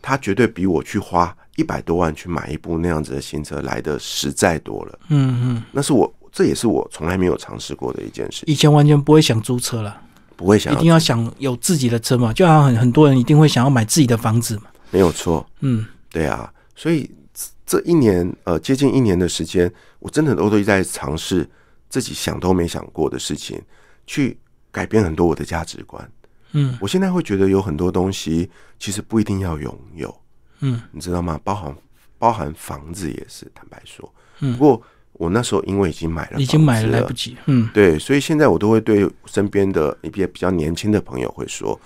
Speaker 2: 它绝对比我去花一百多万去买一部那样子的新车来的实在多了。
Speaker 1: 嗯嗯，
Speaker 2: 那是我这也是我从来没有尝试过的一件事，
Speaker 1: 以前完全不会想租车了，
Speaker 2: 不会想
Speaker 1: 一定
Speaker 2: 要
Speaker 1: 要想有自己的车嘛，就好像很很多人一定会想要买自己的房子嘛。
Speaker 2: 没有错，
Speaker 1: 嗯，
Speaker 2: 对啊，所以这这一年呃接近一年的时间，我真的都都在尝试自己想都没想过的事情，去改变很多我的价值观。
Speaker 1: 嗯，
Speaker 2: 我现在会觉得有很多东西其实不一定要拥有，
Speaker 1: 嗯，
Speaker 2: 你知道吗？包含包含房子也是，坦白说，
Speaker 1: 嗯
Speaker 2: 不过我那时候因为已经买了，
Speaker 1: 已经买了来不。及。嗯
Speaker 2: 对，所以现在我都会对身边的一些比较年轻的朋友会说，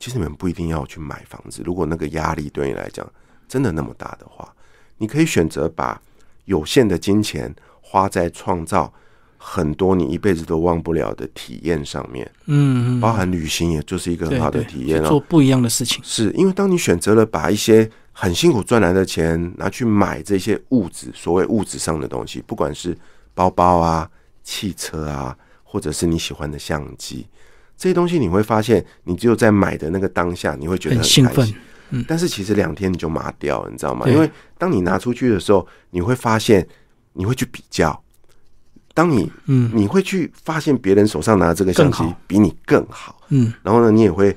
Speaker 2: 其实你们不一定要去买房子，如果那个压力对你来讲真的那么大的话，你可以选择把有限的金钱花在创造很多你一辈子都忘不了的体验上面，
Speaker 1: 嗯嗯，
Speaker 2: 包含旅行，也就是一个很
Speaker 1: 对
Speaker 2: 好的
Speaker 1: 对，
Speaker 2: 体验
Speaker 1: 去
Speaker 2: 哦。
Speaker 1: 做不一样的事情。
Speaker 2: 是因为当你选择了把一些很辛苦赚来的钱拿去买这些物质，所谓物质上的东西，不管是包包啊、汽车啊，或者是你喜欢的相机，这些东西，你会发现，你只有在买的那个当下，你会觉得
Speaker 1: 很兴
Speaker 2: 开心
Speaker 1: 奋，嗯
Speaker 2: 但是其实两天你就麻掉了，你知道吗？
Speaker 1: 对
Speaker 2: 因为当你拿出去的时候，你会发现，你会去比较，当你
Speaker 1: 嗯
Speaker 2: 你会去发现别人手上拿的这个相机
Speaker 1: 更好
Speaker 2: 比你更好，
Speaker 1: 嗯，
Speaker 2: 然后呢，你也会，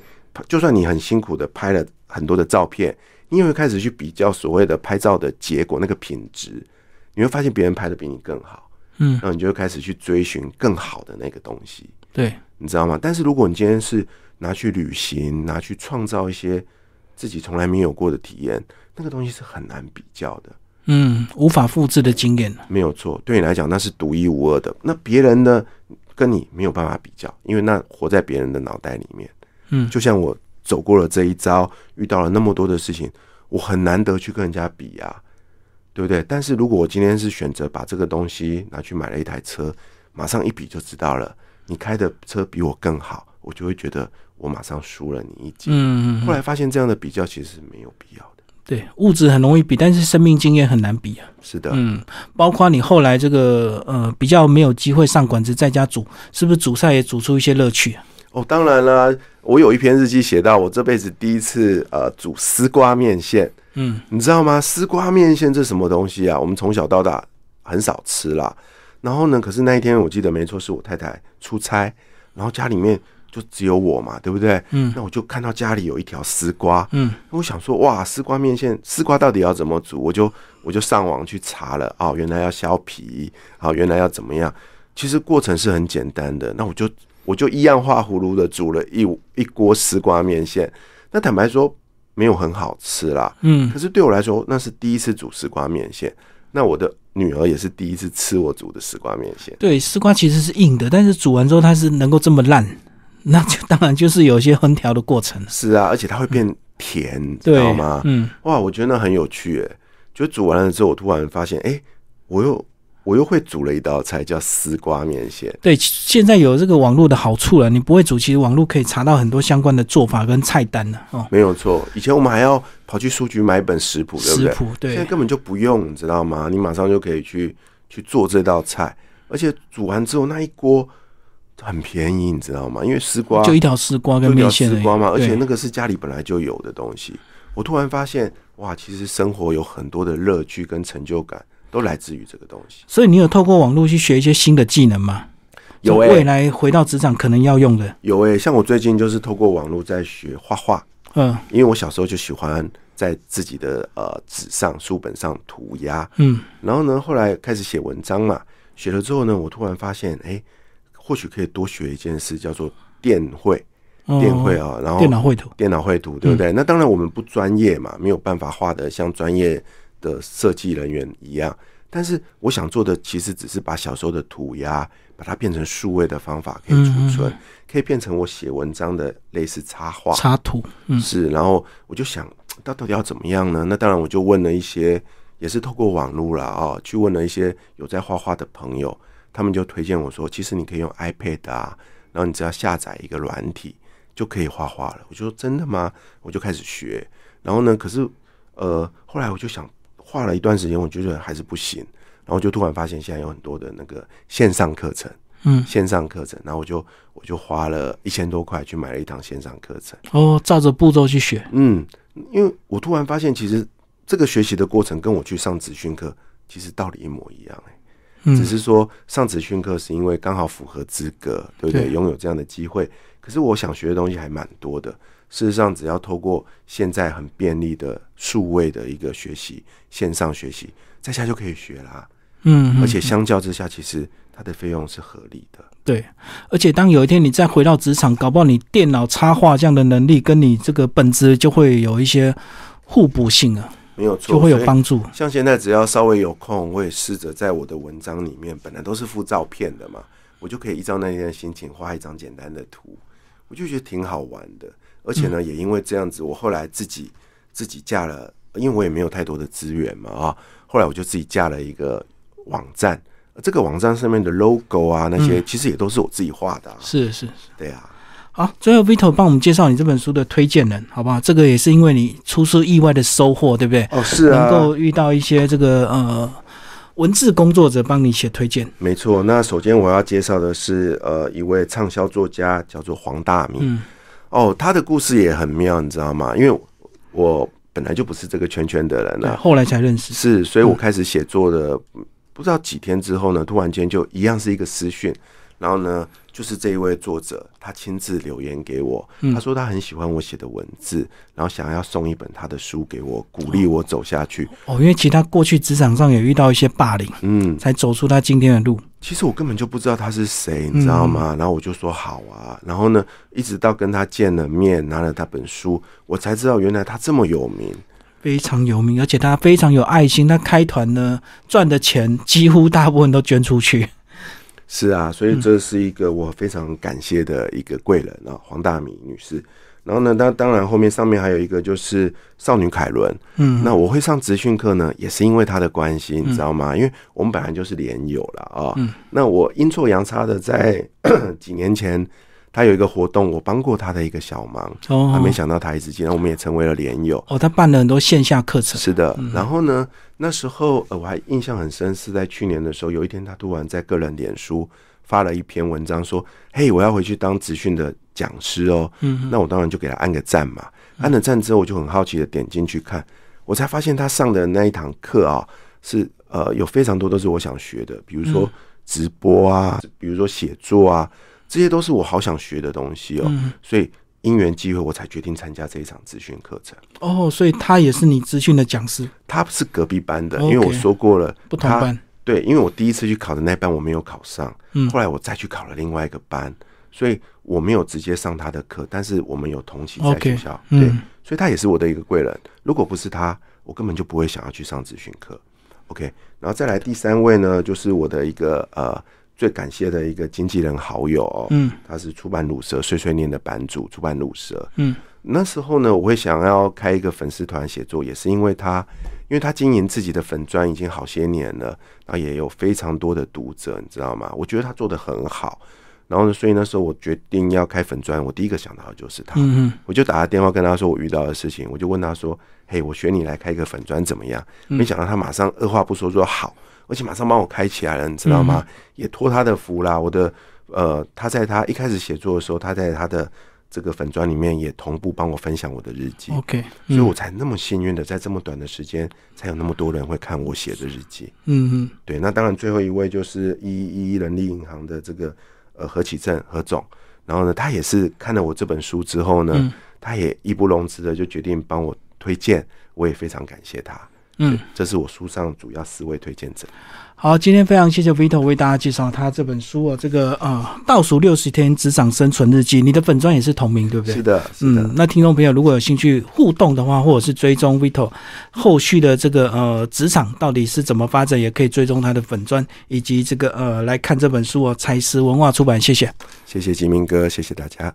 Speaker 2: 就算你很辛苦的拍了很多的照片，你也会开始去比较所谓的拍照的结果那个品质，你会发现别人拍的比你更好，
Speaker 1: 嗯
Speaker 2: 然后你就会开始去追寻更好的那个东西，
Speaker 1: 对，
Speaker 2: 你知道吗？但是如果你今天是拿去旅行，拿去创造一些自己从来没有过的体验，那个东西是很难比较的。
Speaker 1: 嗯，无法复制的经验，
Speaker 2: 没有错，对你来讲那是独一无二的。那别人呢，跟你没有办法比较，因为那活在别人的脑袋里面。
Speaker 1: 嗯
Speaker 2: 就像我走过了这一遭，遇到了那么多的事情，我很难得去跟人家比啊，对不对？但是如果我今天是选择把这个东西拿去买了一台车，马上一比就知道了，你开的车比我更好，我就会觉得我马上输了你一截。
Speaker 1: 嗯，
Speaker 2: 后来发现这样的比较其实是没有必要的。
Speaker 1: 对，物质很容易比，但是生命经验很难比啊。
Speaker 2: 是的，
Speaker 1: 嗯，包括你后来这个呃比较没有机会上馆子，在家煮，是不是煮菜也煮出一些乐趣啊？
Speaker 2: 哦，当然啦，我有一篇日记写到我这辈子第一次呃煮丝瓜面线，
Speaker 1: 嗯
Speaker 2: 你知道吗？丝瓜面线这什么东西啊？我们从小到大很少吃啦。然后呢，可是那一天我记得没错，是我太太出差，然后家里面就只有我嘛，对不对？
Speaker 1: 嗯
Speaker 2: 那我就看到家里有一条丝瓜，
Speaker 1: 嗯
Speaker 2: 我想说，哇，丝瓜面线，丝瓜到底要怎么煮？我就我就上网去查了，哦，原来要削皮，哦，原来要怎么样？其实过程是很简单的。那我就我就一样画葫芦的煮了一一锅丝瓜面线。那坦白说，没有很好吃啦。
Speaker 1: 嗯
Speaker 2: 可是对我来说，那是第一次煮丝瓜面线。那我的女儿也是第一次吃我煮的丝瓜面线。
Speaker 1: 对，丝瓜其实是硬的，但是煮完之后它是能够这么烂，那就当然就是有一些烹调的过程。
Speaker 2: 是啊，而且它会变甜，你知
Speaker 1: 对
Speaker 2: 道吗？，
Speaker 1: 嗯
Speaker 2: 哇，我觉得那很有趣诶。就煮完了之后，我突然发现，哎、我又我又会煮了一道菜，叫丝瓜面线。
Speaker 1: 对，其现在有这个网络的好处了，你不会煮，其实网络可以查到很多相关的做法跟菜单呢、哦，
Speaker 2: 没有错，以前我们还要跑去书局买一本食谱，对不
Speaker 1: 食
Speaker 2: 对？
Speaker 1: 谱
Speaker 2: 现
Speaker 1: 对，
Speaker 2: 在根本就不用，你知道吗？你马上就可以去去做这道菜，而且煮完之后那一锅很便宜，你知道吗？因为丝瓜
Speaker 1: 就一条丝瓜跟
Speaker 2: 就
Speaker 1: 面
Speaker 2: 聊
Speaker 1: 线
Speaker 2: 丝
Speaker 1: 而已
Speaker 2: 瓜嘛，而且
Speaker 1: 对
Speaker 2: 那个是家里本来就有的东西。我突然发现，哇，其实生活有很多的乐趣跟成就感都来自于这个东西。
Speaker 1: 所以你有透过网络去学一些新的技能吗？
Speaker 2: 有
Speaker 1: 就
Speaker 2: 欸
Speaker 1: 未来回到职场可能要用的。
Speaker 2: 有诶、像我最近就是透过网络在学画画，
Speaker 1: 嗯
Speaker 2: 因为我小时候就喜欢在自己的呃纸上、书本上涂鸦，
Speaker 1: 嗯
Speaker 2: 然后呢，后来开始写文章嘛，写了之后呢，我突然发现，诶，或许可以多学一件事，叫做电绘，
Speaker 1: 哦
Speaker 2: 电绘啊，然后
Speaker 1: 电脑嗯绘图。
Speaker 2: 电脑绘图，对不对？那当然我们不专业嘛，没有办法画的像专业的设计人员一样。但是我想做的其实只是把小时候的涂鸦，把它变成数位的方法，可以储
Speaker 1: 嗯
Speaker 2: 存，可以变成我写文章的类似插画。
Speaker 1: 插图，嗯
Speaker 2: 是，然后我就想，到到底要怎么样呢？那当然，我就问了一些，也是透过网络啦啊、去问了一些有在画画的朋友，他们就推荐我说，其实你可以用 iPad 啊，然后你只要下载一个软体就可以画画了。我就说真的吗？我就开始学，然后呢，可是呃，后来我就想画了一段时间，我觉得还是不行，然后就突然发现现在有很多的那个线上课程。
Speaker 1: 嗯，
Speaker 2: 线上课程，然后我就我就花了一千多块去买了一堂线上课程。
Speaker 1: 哦，照着步骤去学，
Speaker 2: 嗯，因为我突然发现，其实这个学习的过程跟我去上职训课其实道理一模一样、欸，只
Speaker 1: 嗯
Speaker 2: 是说上职训课是因为刚好符合资格，对不对？
Speaker 1: 对
Speaker 2: 拥有这样的机会，可是我想学的东西还蛮多的。事实上，只要透过现在很便利的数位的一个学习，线上学习，在家就可以学啦。
Speaker 1: 嗯，
Speaker 2: 而
Speaker 1: 嗯
Speaker 2: 且相较之下，其实它的费用是合理的。
Speaker 1: 对，而且当有一天你再回到职场，搞不好你电脑插画这样的能力跟你这个本质就会有一些互补性啊，
Speaker 2: 没有错，
Speaker 1: 就会有
Speaker 2: 所以
Speaker 1: 帮助。
Speaker 2: 像现在只要稍微有空，我也试着在我的文章里面，本来都是附照片的嘛，我就可以依照那天的心情画一张简单的图，我就觉得挺好玩的。而且呢，也因为这样子，我后来自己自己架了，因为我也没有太多的资源嘛啊，后来我就自己架了一个网站，这个网站上面的 logo 啊那些，其实也都是我自己画的、啊，
Speaker 1: 是是，
Speaker 2: 对啊。
Speaker 1: 好，最后 Vito 帮我们介绍你这本书的推荐人，好不好？这个也是因为你出书意外的收获，对不对？
Speaker 2: 哦，是啊，
Speaker 1: 能够遇到一些这个呃文字工作者帮你写推荐，
Speaker 2: 没错，那首先我要介绍的是呃一位畅销作家，叫做黄大明。
Speaker 1: 嗯
Speaker 2: 哦，他的故事也很妙，你知道吗？因为我本来就不是啊这个圈圈的人
Speaker 1: 对，
Speaker 2: 了、
Speaker 1: 后来才认识。
Speaker 2: 是，所以我开始写作的，嗯不知道几天之后呢，突然间就一样是一个私讯，然后呢，就是这一位作者他亲自留言给我，
Speaker 1: 嗯
Speaker 2: 他说他很喜欢我写的文字，然后想要送一本他的书给我，鼓励我走下去。
Speaker 1: 哦，因为其他过去职场上也遇到一些霸凌，
Speaker 2: 嗯，
Speaker 1: 才走出他今天的路。
Speaker 2: 其实我根本就不知道他是谁，你知道吗？然后我就说好啊，然后呢，一直到跟他见了面，拿了他本书，我才知道原来他这么有名。
Speaker 1: 非常有名，而且他非常有爱心。他开团呢，赚的钱几乎大部分都捐出
Speaker 2: [laughs]
Speaker 1: 去。
Speaker 2: 是啊，所以这是一个我非常感谢的一个贵人啊，黄大米女士。然后呢，当当然后面上面还有一个就是少女凯伦，
Speaker 1: 嗯，
Speaker 2: 那我会上职训课呢，也是因为她的关系，你知道吗？因为我们本来就是连友了啊。那我阴错阳差的在 [coughs] 几年前，她有一个活动，我帮过她的一个小忙，还
Speaker 1: 哦
Speaker 2: 没想到她一直进来，我们也成为了连友。
Speaker 1: 哦，他办了很多线下课程。
Speaker 2: 是的，然后呢，那时候呃我还印象很深，是在去年的时候，有一天他突然在个人脸书发了一篇文章，说：“嘿，我要回去当职训的讲师哦。”嗯，那我当然就给他按个赞嘛。按了赞之后，我就很好奇的点进去看，我才发现他上的那一堂课啊，是呃有非常多都是我想学的，比如说直播啊，比如说写作啊，这些都是我好想学的东西哦。所以因缘机会，我才决定参加这一场职训课程。
Speaker 1: 哦，所以他也是你资讯的讲师，
Speaker 2: 他是隔壁班的，
Speaker 1: OK
Speaker 2: 因为我说过了，
Speaker 1: 不同班
Speaker 2: 他。对，因为我第一次去考的那班我没有考上，
Speaker 1: 嗯
Speaker 2: 后来我再去考了另外一个班，所以我没有直接上他的课，但是我们有同期在
Speaker 1: OK，
Speaker 2: 学校
Speaker 1: 嗯
Speaker 2: 对，所以他也是我的一个贵人。如果不是他，我根本就不会想要去上职训课。OK，然后再来第三位呢，就是我的一个呃最感谢的一个经纪人好友、哦，
Speaker 1: 嗯，
Speaker 2: 他是出版乳蛇碎碎念的版主，出版乳蛇，
Speaker 1: 嗯，
Speaker 2: 那时候呢，我会想要开一个粉丝团写作，也是因为他，因为他经营自己的粉砖已经好些年了，然后也有非常多的读者，你知道吗？我觉得他做的很好，然后呢，所以那时候我决定要开粉砖，我第一个想到的就是他，
Speaker 1: 嗯
Speaker 2: 我就打他电话跟他说我遇到的事情，我就问他说：“嘿，我选你来开一个粉砖怎么样？”没想到他马上二话不说说好，而且马上帮我开起来了，你知道吗？也托他的福啦，我的呃，他在他一开始写作的时候，他在他的这个粉砖里面也同步帮我分享我的日记
Speaker 1: 哼，，OK，
Speaker 2: 所以我才那么幸运的在这么短的时间，才有那么多人会看我写的日记。
Speaker 1: 嗯嗯，
Speaker 2: 对，那当然最后一位就是一一一人力银行的这个呃何启正何总，然后呢，他也是看了我这本书之后呢，
Speaker 1: 嗯
Speaker 2: 他也义不容辞的就决定帮我推荐，我也非常感谢他。
Speaker 1: 嗯
Speaker 2: 对，这是我书上主要四位推荐者。
Speaker 1: 好，今天非常谢谢 Vito 为大家介绍他这本书哦，这个呃倒数六十天职场生存日记，你的粉砖也是同名对不对？
Speaker 2: 是的，是的，
Speaker 1: 嗯，那听众朋友如果有兴趣互动的话，或者是追踪 Vito 后续的这个呃职场到底是怎么发展，也可以追踪他的粉砖以及这个呃来看这本书哦，才思文化出版，谢谢。
Speaker 2: 谢谢吉明哥，谢谢大家。